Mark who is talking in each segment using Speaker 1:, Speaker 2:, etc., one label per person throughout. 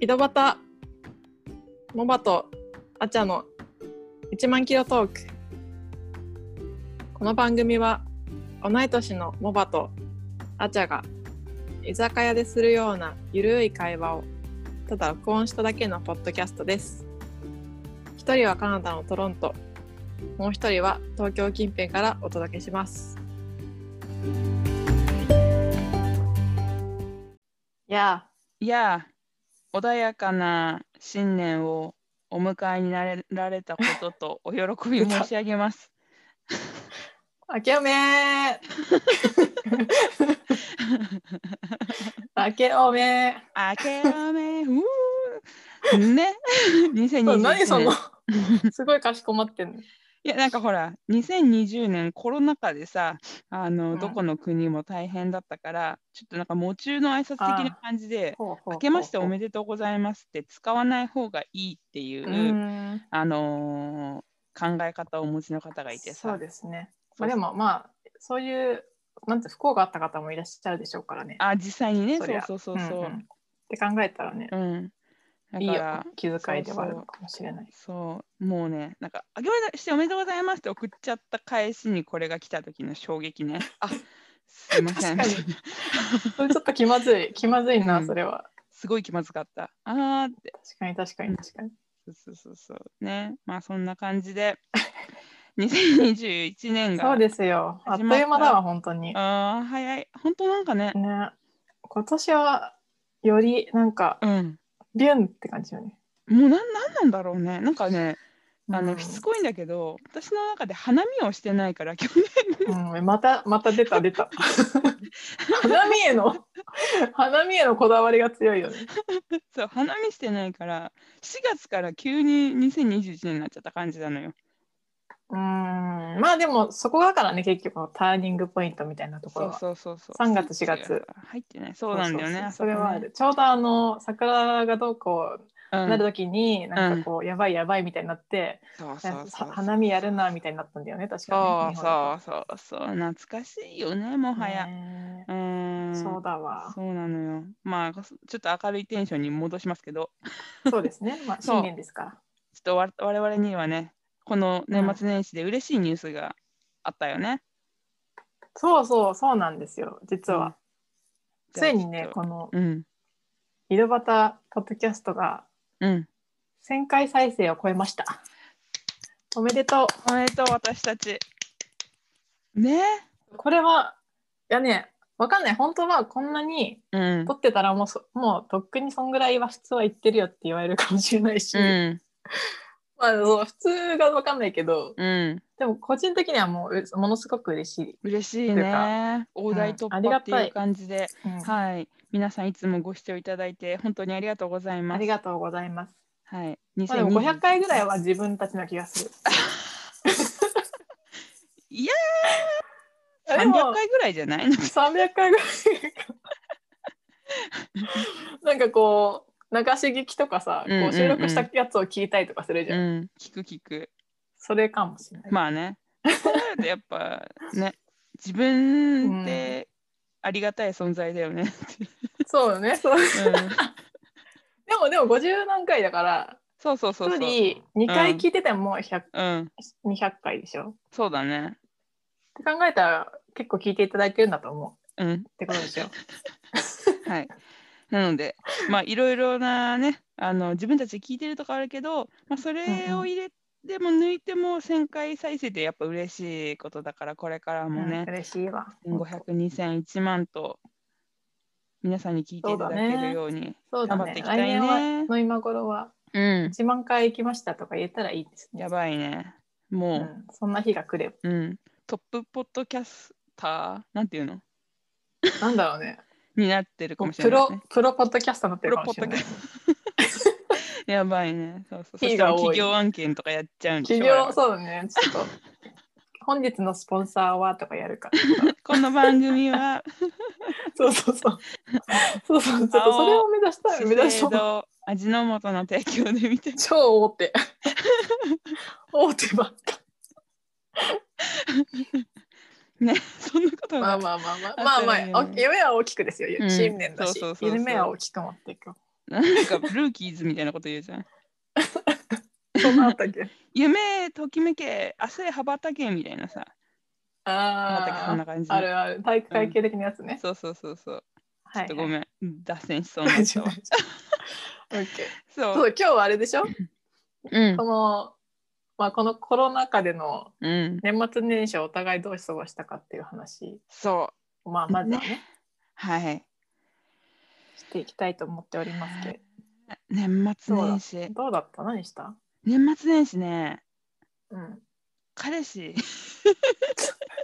Speaker 1: 井戸端モバとアチャの1万キロトークこの番組は同い年のモバとアチャが居酒屋でするようなゆるい会話をただ録音しただけのポッドキャストです一人はカナダのトロントもう一人は東京近辺からお届けしますいや
Speaker 2: いやあ、穏やかな新年をお迎えになれられたこ ととお喜び申し上げます。
Speaker 1: ー明けお めー明けおめ
Speaker 2: あけらめ、うー ね、
Speaker 1: ーそう
Speaker 2: 2020
Speaker 1: 何
Speaker 2: 年。
Speaker 1: その
Speaker 2: い
Speaker 1: すごいかしこまってんの
Speaker 2: や、なんかほら、2020年コロナ禍でさ、あの、
Speaker 1: うん
Speaker 2: どこの国も大変だったから、ちょっとなんか喪中の挨拶的な感じで、
Speaker 1: ほうほうほう
Speaker 2: 明けましておめでとうございますって使わない方がいいっていう、
Speaker 1: うーん
Speaker 2: あのー考え方をお持ちの方がいてさ。
Speaker 1: そうですね。まあ、でもまあそういうなんて不幸があった方もいらっしゃるでしょうからね。
Speaker 2: あ実際にね
Speaker 1: そ
Speaker 2: そ
Speaker 1: りゃ
Speaker 2: うそうそうそ
Speaker 1: ん
Speaker 2: うん
Speaker 1: って考えたらね
Speaker 2: う、ん、だ
Speaker 1: いい
Speaker 2: か
Speaker 1: よ
Speaker 2: ら
Speaker 1: 気遣いではあるのかもしれない。
Speaker 2: そうもうねなんか「あげましておめでとうございます」って送っちゃった返しにこれが来た時の衝撃ねあすいません
Speaker 1: 確かそれちょっと気まずい気まずいな、
Speaker 2: うん
Speaker 1: それは。
Speaker 2: すごい気まずかったあーって
Speaker 1: 確かに確かに確かに。
Speaker 2: そうそうそうそうねまあそんな感 じで2021年が
Speaker 1: そうですよ。あっと
Speaker 2: 始まった
Speaker 1: いう間だわ本当に。ね
Speaker 2: あー早い本当なんかね
Speaker 1: 今年はよりなんか
Speaker 2: うん
Speaker 1: ビュンって感じよね。
Speaker 2: もうなんなんなんだろうねなんかねあの、
Speaker 1: うん
Speaker 2: しつこいんだけど私の中で花見をしてないから 去年
Speaker 1: うん、またまた出た出 た花見への花見へのこだわりが強いよね。
Speaker 2: そう花見してないから4月から急に2021年になっちゃった感じなのよ。
Speaker 1: うーんまあでもそこだからね結局ターニングポイントみたいなとこ
Speaker 2: そ
Speaker 1: ろ
Speaker 2: う
Speaker 1: は
Speaker 2: そうそうそう。
Speaker 1: 3月4月
Speaker 2: 入ってない。そうなんだ
Speaker 1: そ
Speaker 2: よね。
Speaker 1: うそうそう
Speaker 2: あ
Speaker 1: そ
Speaker 2: こ
Speaker 1: れ
Speaker 2: ね
Speaker 1: はある。ちょうどあの桜がどうこ
Speaker 2: う
Speaker 1: うんなる時に、なんかこうやばいやばいみたいになって、
Speaker 2: そうそうそうそ
Speaker 1: さ
Speaker 2: う。
Speaker 1: 花見やるなみたいになったんだよね確か
Speaker 2: そう
Speaker 1: に
Speaker 2: そうそうそう。懐かしいよね、も
Speaker 1: う
Speaker 2: はや。うーん。
Speaker 1: そうだわ
Speaker 2: そうなのよ。まあ、ちょっと明るいテンションに戻しますけど、
Speaker 1: そうですねまあ
Speaker 2: そう
Speaker 1: 新年ですから
Speaker 2: ちょっとわ我々にはね、この年末年始で嬉しいニュースがあったよね。
Speaker 1: そうそうそうなんですよ実は、
Speaker 2: うん
Speaker 1: ついにね
Speaker 2: じゃあちょ
Speaker 1: この
Speaker 2: うん。
Speaker 1: 井戸端ポッドキャストが
Speaker 2: うん。
Speaker 1: 1000回再生を超えましたおめでとう
Speaker 2: おめでとう、私たち。ね
Speaker 1: これはいやねわかんない本当はこんなに
Speaker 2: うん。
Speaker 1: 撮ってたらもうそもうとっくにそんぐらいは普通は言ってるよって言われるかもしれないし、
Speaker 2: うん。
Speaker 1: まあそう普通がわかんないけど
Speaker 2: うん。
Speaker 1: でも個人的にはもううものすごく嬉しい、
Speaker 2: 嬉しい
Speaker 1: という
Speaker 2: ね。大台突
Speaker 1: あり
Speaker 2: 破
Speaker 1: が
Speaker 2: って
Speaker 1: た
Speaker 2: い
Speaker 1: いう
Speaker 2: 感じで、
Speaker 1: あ
Speaker 2: はい。皆さんいつもご視聴いただいて本当にありがとうございます。
Speaker 1: りがとうございます、
Speaker 2: はい。
Speaker 1: まあ、でも
Speaker 2: 2020
Speaker 1: 500回ぐらいは自分たちの気がする
Speaker 2: いや
Speaker 1: ーでも
Speaker 2: 300回ぐらいじゃない？
Speaker 1: 300回ぐらいなんかこう流し聞きとかさ、
Speaker 2: うんうん
Speaker 1: こ
Speaker 2: う
Speaker 1: うん収録したやつを聞いたりとかするじ
Speaker 2: う
Speaker 1: ゃん、
Speaker 2: ん。聞く聞く。
Speaker 1: それかもしれない、
Speaker 2: まあね。そうなるとやっ ぱね、自分ってありがたい存在だよね。
Speaker 1: そうよねそう
Speaker 2: うん。
Speaker 1: でもでも50何回だから
Speaker 2: そうそうそうそ
Speaker 1: 一
Speaker 2: う。
Speaker 1: 人2回聞いてても100
Speaker 2: うん。
Speaker 1: 200回でしょっ
Speaker 2: そうだね。
Speaker 1: て考えたら結構聞いていただいてるんだと思う
Speaker 2: うん。
Speaker 1: ってことでしょ。
Speaker 2: はい。なので、まあ、いろいろなね、あの自分たちで聞いてるとかあるけど、まあ、それを入れても抜いても1000回再生ってやっぱ嬉しいことだから、これからもね
Speaker 1: う、ん嬉しいわ。
Speaker 2: 500、2000、1万と皆さんに聞いていただけるように。
Speaker 1: そうだ
Speaker 2: 頑張
Speaker 1: ね。
Speaker 2: っていきた
Speaker 1: 来
Speaker 2: いね
Speaker 1: 年はの今頃は
Speaker 2: うん、
Speaker 1: 1万回行きましたとか言えたらいいですね。
Speaker 2: やばいね。
Speaker 1: う
Speaker 2: も
Speaker 1: ん、そんな日が来れば。
Speaker 2: う、うん、トップポッドキャスター、なんていうの
Speaker 1: なんだろうね。
Speaker 2: になってるか
Speaker 1: も
Speaker 2: も
Speaker 1: う
Speaker 2: しれ
Speaker 1: プ
Speaker 2: ない、
Speaker 1: ロ
Speaker 2: ね。
Speaker 1: プロポッドキャスターになってるかもしれない。
Speaker 2: やばいね。そうそう。そ
Speaker 1: 日
Speaker 2: したら
Speaker 1: が多い
Speaker 2: 企業案件とかやっちゃうんでしょ
Speaker 1: 企
Speaker 2: 我
Speaker 1: 業
Speaker 2: 々
Speaker 1: そうだね。ちょっと本日のスポンサーはとかやるから。
Speaker 2: この番組 は
Speaker 1: そうそう そう。そうそう。ちょっとそれを目指したい目指し
Speaker 2: 資
Speaker 1: た
Speaker 2: 生堂味の素の提供で見て
Speaker 1: 超大 手大手ばっか
Speaker 2: ね そんなこと
Speaker 1: ま
Speaker 2: が
Speaker 1: あまあまあまあまあまあ
Speaker 2: あったらいいよね
Speaker 1: お夢は大きくですよ
Speaker 2: うん
Speaker 1: 新年だし、
Speaker 2: そうそうそうそう
Speaker 1: 夢は大きく持っていく
Speaker 2: なんかルーキーズみたいなこと言うじゃん。
Speaker 1: そんなあったっけ
Speaker 2: 夢ときめけ明日へ羽ばたけみたいなさ。あったっ けそん
Speaker 1: あ
Speaker 2: な感じ
Speaker 1: あ。あるある体育会系的なやつね、
Speaker 2: そうそうそうそう。ち
Speaker 1: は
Speaker 2: ょ
Speaker 1: い
Speaker 2: っとごめん、脱線しそうにな
Speaker 1: 大
Speaker 2: っ
Speaker 1: 丈夫
Speaker 2: たわ
Speaker 1: 大丈夫 OK
Speaker 2: そ。
Speaker 1: そうう今日はあれでしょ
Speaker 2: うん
Speaker 1: こ。のまあこのコロナ禍での
Speaker 2: うん。
Speaker 1: 年末年始をお互いどう過ごしたかっていう話
Speaker 2: そう。
Speaker 1: をまあまずはね
Speaker 2: はい。
Speaker 1: していきたいと思っておりますけ
Speaker 2: 年末年始。
Speaker 1: どどうだった何した
Speaker 2: 年末年始ね。
Speaker 1: うん
Speaker 2: 彼氏。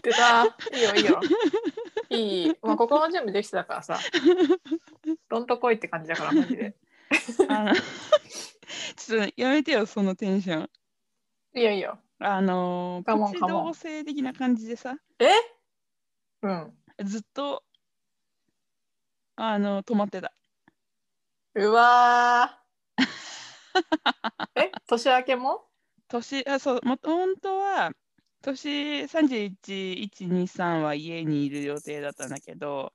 Speaker 1: でさいいよいい よいいまあ心の準備できてたからさどんとこいって感じだからマジで
Speaker 2: あの ちょっとやめてよ、そのテンション。
Speaker 1: いいよいいよ
Speaker 2: あの
Speaker 1: カ
Speaker 2: ー、
Speaker 1: モ
Speaker 2: プ
Speaker 1: ン
Speaker 2: チ
Speaker 1: カモン
Speaker 2: 同性的な感じでさ、
Speaker 1: えうん
Speaker 2: ずっと、あの止まってた。
Speaker 1: うわ ーえ年明けも
Speaker 2: 年、あ、そう、もと本当は、年31、1、2、3は家にいる予定だったんだけど、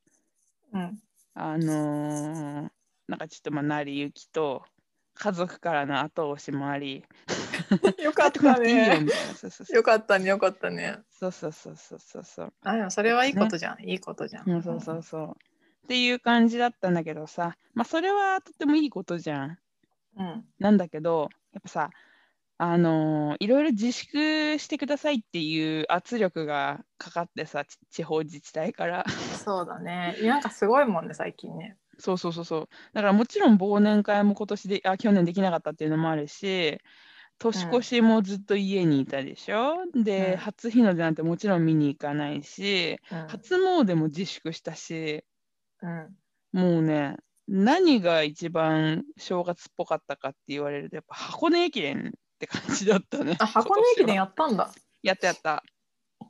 Speaker 1: うん
Speaker 2: あのー、なんかちょっとまあ、成り行きと、家族からの後押しもあり、
Speaker 1: よ
Speaker 2: 帰
Speaker 1: か
Speaker 2: っ
Speaker 1: って
Speaker 2: こな
Speaker 1: た
Speaker 2: くていいよ
Speaker 1: ね
Speaker 2: みたいな。そうそうそう
Speaker 1: よかったねよかったね
Speaker 2: そうそうそうそうそうそう。
Speaker 1: あでもそれはいいことじゃん、いいことじゃん、
Speaker 2: うん、そうそうそう。っていう感じだったんだけどさ、まあそれはとてもいいことじゃん。
Speaker 1: うん
Speaker 2: なんだけど、やっぱさ、あのーいろいろ自粛してくださいっていう圧力がかかってさ、ち地方自治体から。
Speaker 1: そうだねなんかすごいもんね最近ね
Speaker 2: そうそうそうそう。だからもちろん忘年会も今年で、あ、去年できなかったっていうのもあるし、年越しもずっと家にいたでしょ。
Speaker 1: う
Speaker 2: で、
Speaker 1: ん
Speaker 2: 初日の出なんてもちろん見に行かないし、
Speaker 1: う
Speaker 2: 初詣も自粛したし、
Speaker 1: ん、うん、
Speaker 2: もうね、何が一番正月っぽかったかって言われると、やっぱ箱根駅伝って感じだったね。
Speaker 1: あ箱根駅伝
Speaker 2: 今年は
Speaker 1: やったんだ
Speaker 2: やったやった。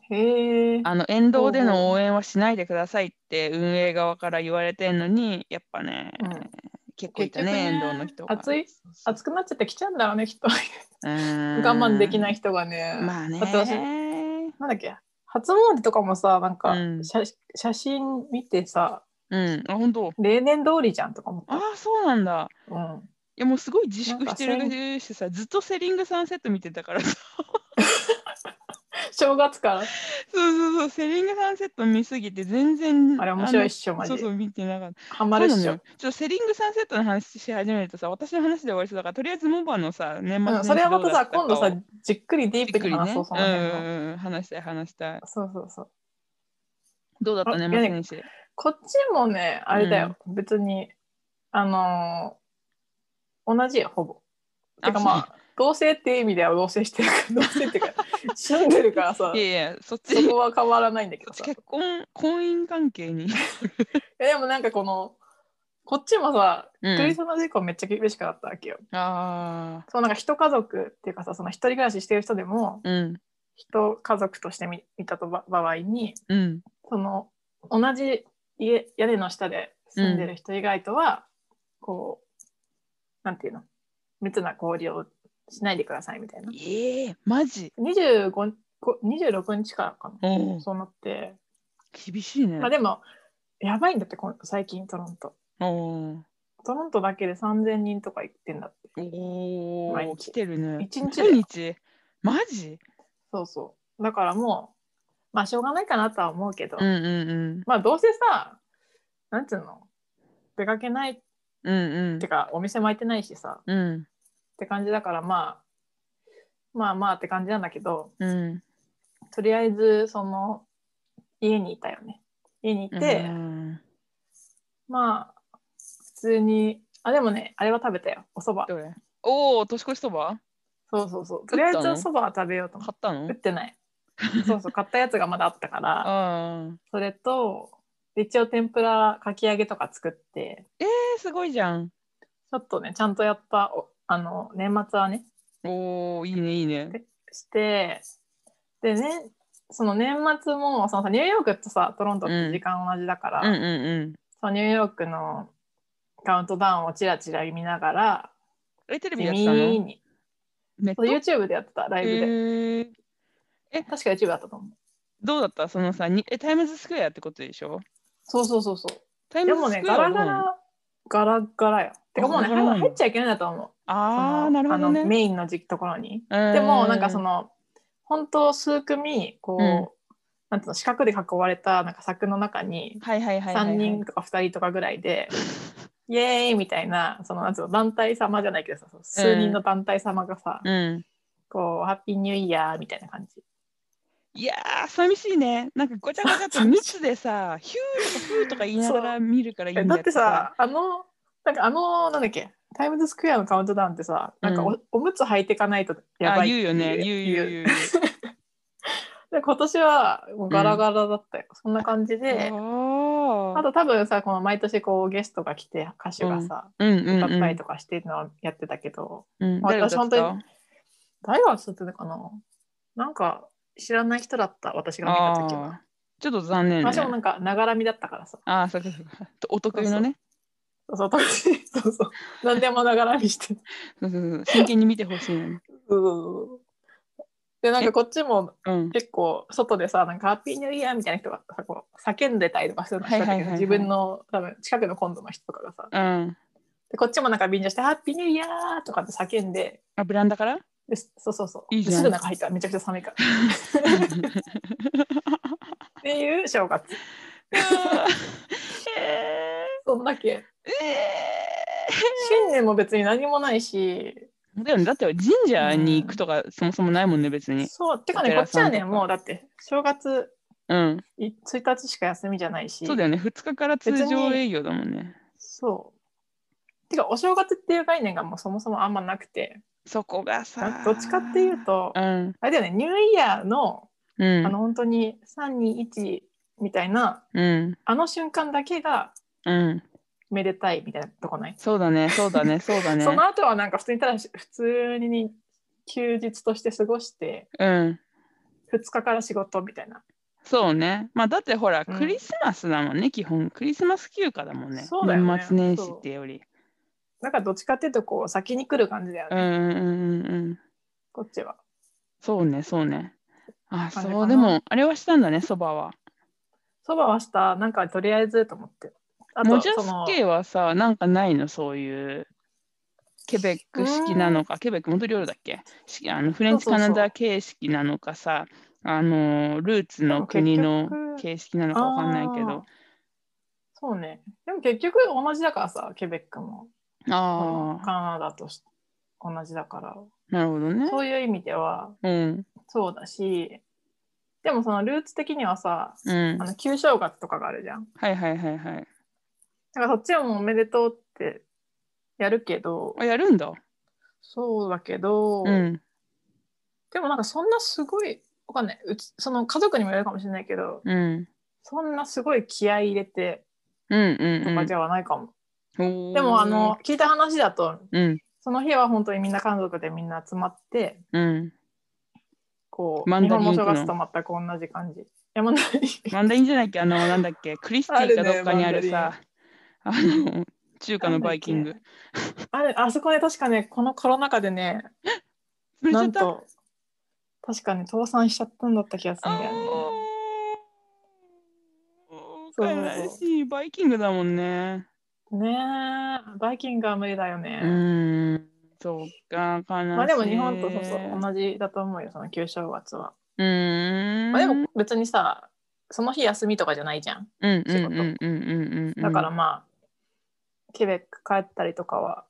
Speaker 1: へえ
Speaker 2: あの沿道での応援はしないでくださいって運営側から言われてんのに、やっぱね、
Speaker 1: うん
Speaker 2: 結構いたね、
Speaker 1: 結
Speaker 2: 沿
Speaker 1: 局ね
Speaker 2: 道の人が。
Speaker 1: 暑い
Speaker 2: そうそう
Speaker 1: 暑くなっちゃってきちゃうんだろうねきっと
Speaker 2: うー ん
Speaker 1: 我慢できない人がね、
Speaker 2: まあね。
Speaker 1: だって私なんだっけ初詣とかもさなんか
Speaker 2: うん
Speaker 1: 写,、写真見てさ
Speaker 2: うん、あ、本当。
Speaker 1: 例年通りじゃんとか思った
Speaker 2: ああ、そうなんだ。
Speaker 1: うん、
Speaker 2: いやもうすごい自粛して
Speaker 1: なんか
Speaker 2: るしさ、ずっとセリングサンセット見てたからさ。
Speaker 1: 正月から
Speaker 2: そうそうそう、セリングサンセット見すぎて全然。
Speaker 1: あれ面白いっ
Speaker 2: し。
Speaker 1: しょマジ
Speaker 2: そうそう、見てなかった。
Speaker 1: ハマるっ
Speaker 2: そう
Speaker 1: し
Speaker 2: な
Speaker 1: ょ
Speaker 2: のよちょっとセリングサンセットの話し始めるとさ、私の話で終わりそうだから、とりあえずモバのさ、年末
Speaker 1: う
Speaker 2: 年
Speaker 1: ん、
Speaker 2: 始
Speaker 1: それはまた
Speaker 2: どうだ
Speaker 1: さ
Speaker 2: ったかを
Speaker 1: 今度さじっくりディ
Speaker 2: じ
Speaker 1: ー
Speaker 2: っ
Speaker 1: プ
Speaker 2: く
Speaker 1: に
Speaker 2: りね
Speaker 1: 話そう、その
Speaker 2: うん
Speaker 1: 辺の、
Speaker 2: うんうん、話したい話したい。
Speaker 1: そうそうそう
Speaker 2: どうだった
Speaker 1: あ
Speaker 2: 年
Speaker 1: いや
Speaker 2: 末年始。
Speaker 1: こっちもねあれだよ、別にあのー同じよほぼてかま
Speaker 2: あ
Speaker 1: あ同棲っていう意味では同棲 してるから同棲っていうか住んでるからさ
Speaker 2: そういやいや、そっち
Speaker 1: そこは変わらないんだけ
Speaker 2: そ
Speaker 1: ど
Speaker 2: っち
Speaker 1: さ
Speaker 2: 結婚、婚姻関係に。
Speaker 1: いやでもなんかこのこっちもさ
Speaker 2: うん
Speaker 1: クリスマス以降めっちゃ厳しくなったわけよ、
Speaker 2: ああ、
Speaker 1: そうなんか一家族っていうかさその一人暮らししてる人でも
Speaker 2: うん、
Speaker 1: 一家族として見見たとば場合に
Speaker 2: うん、
Speaker 1: その同じ家屋根の下で住んでる人以外とは、こうなんていうの密な交流をしないでくださいみたいな
Speaker 2: ええマジ。
Speaker 1: 25こ26日からかな、
Speaker 2: おお、
Speaker 1: そうなって
Speaker 2: 厳しいね。
Speaker 1: まあでもやばいんだってこん最近トロント
Speaker 2: おお
Speaker 1: トロントだけで3000人とか行ってんだって
Speaker 2: ー、お
Speaker 1: 毎
Speaker 2: お、
Speaker 1: 日
Speaker 2: 来てるね。
Speaker 1: 一日だよ
Speaker 2: 毎日。マジ。
Speaker 1: そうそうだからもうまあしょうがないかなとは思うけど、
Speaker 2: うんうんうん、
Speaker 1: まあどうせさなんつうの出かけないっ
Speaker 2: うん
Speaker 1: てかお店も開いてないしさ
Speaker 2: うん、うん、
Speaker 1: って感じだからまあまあまあって感じなんだけど
Speaker 2: うん。
Speaker 1: とりあえずその家にいたよね家にいて、
Speaker 2: うん
Speaker 1: まあ普通にあでもねあれは食べたよお蕎麦
Speaker 2: どれおお、年越しそば
Speaker 1: そうそうそうとりあえずお
Speaker 2: 打ったの
Speaker 1: 蕎麦は食べようと思
Speaker 2: 買
Speaker 1: っ
Speaker 2: ったの
Speaker 1: て打ってないそうそう買ったやつがまだあったから
Speaker 2: ああ。
Speaker 1: それと一応天ぷらかき揚げとか作って
Speaker 2: えー、すごいじゃん。
Speaker 1: ちょっとねちゃんとやったおあの年末はね
Speaker 2: おお、いいね、いいね。
Speaker 1: してでねその年末もそのさニューヨークとさトロントって時間同じだから、
Speaker 2: うんうんうん。
Speaker 1: そのニューヨークのカウントダウンをちらちら見ながら
Speaker 2: え、テレ
Speaker 1: 地
Speaker 2: ビやっ
Speaker 1: 味
Speaker 2: てたの
Speaker 1: に
Speaker 2: ネッ
Speaker 1: そ
Speaker 2: ト
Speaker 1: う YouTube でやってたライブで、
Speaker 2: えー
Speaker 1: 確か YouTube だったと思う
Speaker 2: どうだったそのさにえ、タイムズスクエアってことでしょ
Speaker 1: そうそうそうそう
Speaker 2: タイ
Speaker 1: で
Speaker 2: ム
Speaker 1: も
Speaker 2: ズ
Speaker 1: ね
Speaker 2: スクエ
Speaker 1: ガ
Speaker 2: アは
Speaker 1: ラ
Speaker 2: どう
Speaker 1: ガ
Speaker 2: なの
Speaker 1: ラガラガラよ。てかもうね
Speaker 2: ガラガラなんだ
Speaker 1: 入っちゃいけないんだと思う。
Speaker 2: あ
Speaker 1: そ
Speaker 2: あ、
Speaker 1: の
Speaker 2: なるほど
Speaker 1: あの
Speaker 2: ね。
Speaker 1: メインのじところに。
Speaker 2: で
Speaker 1: でもなんかそ、の本当数組こう、
Speaker 2: うん
Speaker 1: なんていうの四角で囲われたなんか柵の中に
Speaker 2: はいはいはいはいは
Speaker 1: 3
Speaker 2: い。
Speaker 1: 人とか2人とかぐらいで、イエーイみたいなそのなんていうの団体様じゃないけどさそう数人の団体様がさ、
Speaker 2: うん。
Speaker 1: こうハッピーニューイヤーみたいな感じ。
Speaker 2: いやー、寂しいね。なんかごちゃごちゃって密でさ、ヒューとかフーとか言いながら見るからいいんだ
Speaker 1: えだってさあのなんかあのなんだっけタイムズスクエアのカウントダウンってさ、なんか
Speaker 2: う
Speaker 1: おおむつ履いてかないと
Speaker 2: や
Speaker 1: やばい
Speaker 2: 言うよね。
Speaker 1: って
Speaker 2: 言う言う言う。
Speaker 1: で今年はもうガラガラだったよ、そんな感じで、あ
Speaker 2: あ
Speaker 1: と多分さこの毎年こうゲストが来て歌手がさ、
Speaker 2: ーうんうん
Speaker 1: 歌
Speaker 2: う
Speaker 1: ったり
Speaker 2: ん
Speaker 1: とかしてるのはやってたけど、
Speaker 2: うん。
Speaker 1: まあ
Speaker 2: 誰が
Speaker 1: 私本当に
Speaker 2: 歌った
Speaker 1: 誰が歌ってたかななんか知らない人だった私が見た時は
Speaker 2: あーちょっと残念ね。
Speaker 1: 私もなんかながらみだったからさ
Speaker 2: ああ、そうかそうか。とお得意のね。
Speaker 1: そうそう私そうそう何でもながらみして
Speaker 2: そうそうそう真剣に見てほしいのに。
Speaker 1: うんでなんかこっちも
Speaker 2: うん。
Speaker 1: 結構外でさなんかハッピーニューイヤーみたいな人がさこう叫んでたりとかするのしたけど、
Speaker 2: はいはいはいはい
Speaker 1: 自分の多分近くの今度の人とかがさ
Speaker 2: うん。
Speaker 1: でこっちもなんか便乗して「ハッピーニューイヤー!」とかって叫んで
Speaker 2: あ、ブランダ から
Speaker 1: でそうそうそう
Speaker 2: いいじゃん
Speaker 1: ですぐ中入ったらめちゃくちゃ寒いからっていう正月
Speaker 2: え
Speaker 1: そんだけ
Speaker 2: ーえ
Speaker 1: 新年も別に何もないし
Speaker 2: ーだよね。だって神社に行くとかそもそもないもんね、別に。
Speaker 1: そうてか
Speaker 2: お
Speaker 1: ねこ
Speaker 2: 寺
Speaker 1: っちは
Speaker 2: さんと
Speaker 1: ね
Speaker 2: か
Speaker 1: もうだって正月
Speaker 2: うん。
Speaker 1: い1日しか休みじゃないし
Speaker 2: そうだよね、2日から通常営業だもんね。
Speaker 1: そうてかお正月っていう概念がもうそもそもあんまなくて
Speaker 2: そこがさ
Speaker 1: な。どっちかっていう、と
Speaker 2: うん、
Speaker 1: あれだよねニューイヤーの
Speaker 2: うん、
Speaker 1: あの本当に321みたいな
Speaker 2: うん、
Speaker 1: あの瞬間だけが
Speaker 2: うん、
Speaker 1: めでたいみたいなとこない
Speaker 2: そうだね、そう だね、そうだね。
Speaker 1: その後はなんか普通にただし普通に休日として過ごして
Speaker 2: うん、
Speaker 1: 2日から仕事みたいな、
Speaker 2: そうね。まあ、だってほら、
Speaker 1: うん
Speaker 2: クリスマスだもんね、基本。クリスマス休暇だもんね。
Speaker 1: そうだよね
Speaker 2: 年末年始ってより。
Speaker 1: なんかどっちかっていうとこう先に来る感じだよ
Speaker 2: う
Speaker 1: ね、
Speaker 2: ん、うん、うん、うん。
Speaker 1: こっちは
Speaker 2: そうね、そうね。あ、
Speaker 1: あれ
Speaker 2: そ
Speaker 1: か
Speaker 2: う、
Speaker 1: な
Speaker 2: でも、あれはしたんだね、そばは。
Speaker 1: そばはしたなんかとりあえずと思ってあ
Speaker 2: モ
Speaker 1: と
Speaker 2: ジャ
Speaker 1: そ
Speaker 2: ス
Speaker 1: の
Speaker 2: ケはさ、なんかないの、そういう。ケベック式なのか、ケベックモントリオールだっけしあのフレンチ
Speaker 1: そうそ
Speaker 2: カ
Speaker 1: うそう
Speaker 2: ナダ形式なのかさ、あのルーツの国の
Speaker 1: でも結局
Speaker 2: 形式なのかわかんないけど。
Speaker 1: そうねでも結局同じだからさケベックもこの
Speaker 2: ああ
Speaker 1: カナダとし同じだから
Speaker 2: ー、なるほどね。
Speaker 1: そういう意味では
Speaker 2: うん。
Speaker 1: そうだしでもそのルーツ的にはさ
Speaker 2: うん
Speaker 1: あ。の旧正月とかがあるじゃん
Speaker 2: はいはいはいはい。
Speaker 1: だからそっちはもうおめでとうってやるけど
Speaker 2: あ、やるんだ。
Speaker 1: そうだけど、
Speaker 2: うん。
Speaker 1: でもなんかそんなすごいわかんないうちその家族にもよるかもしれないけど
Speaker 2: うん。うん
Speaker 1: そんなすごい気合い入れて
Speaker 2: うん
Speaker 1: と
Speaker 2: うん
Speaker 1: かではないかも、
Speaker 2: おー。
Speaker 1: でもあの聞いた話だと
Speaker 2: うん
Speaker 1: その日は本当にみんな家族でみんな集まって
Speaker 2: うん。
Speaker 1: こう
Speaker 2: マン
Speaker 1: 日
Speaker 2: ダリ
Speaker 1: 本
Speaker 2: ン
Speaker 1: の
Speaker 2: 行くの
Speaker 1: 正月と全く同じ感じ山なり
Speaker 2: マンダリンじゃないっけあの、なんだっけクリスティかどっかにある
Speaker 1: あ
Speaker 2: さ、あの、中華のバイキング。
Speaker 1: あれあそこね確かねこのコロナ禍でね
Speaker 2: 潰れち
Speaker 1: な
Speaker 2: ゃっ
Speaker 1: ん
Speaker 2: た。
Speaker 1: と確かに倒産しちゃったんだった気がするんだよねそう
Speaker 2: 悲しいバイキングだもんね。
Speaker 1: ねえバイキングは無理だよね、
Speaker 2: うーん、そうか、悲しい。
Speaker 1: まあでも日本とそうそうう同じだと思うよその旧正月は、
Speaker 2: ーん。
Speaker 1: まあ、でも、別にさその日休みとかじゃないじゃん
Speaker 2: うん
Speaker 1: 仕
Speaker 2: う
Speaker 1: 事
Speaker 2: んうんうんうんうん。
Speaker 1: だから、まあ、ケベック帰ったりとかは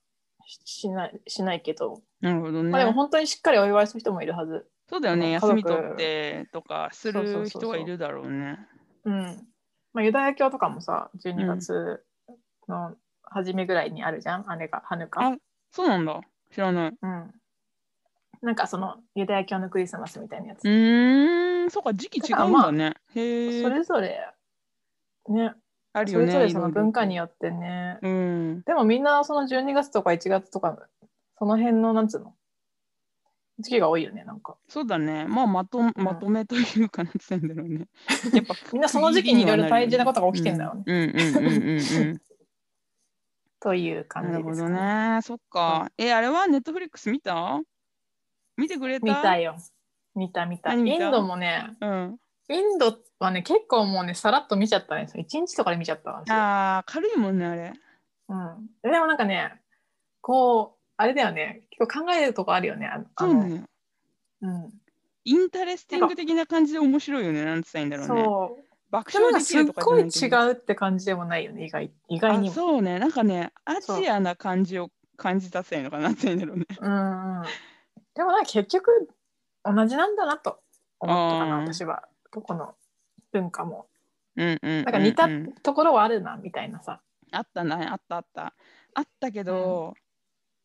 Speaker 1: ししないしないけど、
Speaker 2: なるほど
Speaker 1: まあでも
Speaker 2: ね。
Speaker 1: 本当にしっかりお祝いする人もいるはず
Speaker 2: そうだよね、
Speaker 1: 家族
Speaker 2: 休み取ってとかす
Speaker 1: そうそう
Speaker 2: る
Speaker 1: そうそう
Speaker 2: 人がいるだろうね。
Speaker 1: うんまあ、ユダヤ教とかもさ12月の初めぐらいにあるじゃん、あれがハヌカ
Speaker 2: あそうなんだ。知らない。
Speaker 1: うんなんかそのユダヤ教のクリスマスみたいなやつ、
Speaker 2: うーん、そうか、時期違うんだね。へ
Speaker 1: そ
Speaker 2: え、
Speaker 1: れぞれね
Speaker 2: ある
Speaker 1: そ
Speaker 2: よ
Speaker 1: れ
Speaker 2: ね。
Speaker 1: ぞれその文化に
Speaker 2: よ
Speaker 1: よってね
Speaker 2: うん。
Speaker 1: でもみんなその12月とか1月とかその辺のなんつうの時期が多いよねなんか
Speaker 2: そうだね。まあまとまとめというかなって言うんだろう ね。やっぱ
Speaker 1: みんなその時期にいろいろ大事なことが起きてんだろうね。
Speaker 2: うんうんうんうんうん
Speaker 1: という
Speaker 2: うん。
Speaker 1: 感
Speaker 2: な
Speaker 1: じ
Speaker 2: る
Speaker 1: で
Speaker 2: ほ
Speaker 1: すか
Speaker 2: どね。そっか。え、あれはネットフリックス見た見てくれた
Speaker 1: 見た
Speaker 2: い。
Speaker 1: よ見た見たイ
Speaker 2: 何見た
Speaker 1: ンドもね
Speaker 2: うん。
Speaker 1: インドはね結構もうねさらっと見ちゃったね1日とかで見ちゃったわ私
Speaker 2: ああ、軽いもんね、あれ。
Speaker 1: うん、でもなんかねこうあれだよね結構考えるとこあるよねあの
Speaker 2: そうね。
Speaker 1: あの
Speaker 2: インタレスティング的な感じで面白いよね。なんて言った
Speaker 1: う
Speaker 2: らい
Speaker 1: ん
Speaker 2: いんだろうね。
Speaker 1: そう
Speaker 2: 爆
Speaker 1: でも
Speaker 2: 笑
Speaker 1: なんか
Speaker 2: でき
Speaker 1: すっ
Speaker 2: るとか
Speaker 1: ごい
Speaker 2: じ
Speaker 1: 違
Speaker 2: ゃなけど
Speaker 1: うって感じでもないよね意外意外に
Speaker 2: あ
Speaker 1: も。
Speaker 2: そうね。なんかね、ア
Speaker 1: そう
Speaker 2: ジアな感じを感じたせいのかなって言うんだろうね。
Speaker 1: うんうん、でもなんか結局同じなんだなと思ったかな
Speaker 2: あー
Speaker 1: 私はどこの文化も
Speaker 2: うんうんうん、うん。
Speaker 1: なんか似たところはあるなみたいなさ。
Speaker 2: あったな、あったあった。あったけど、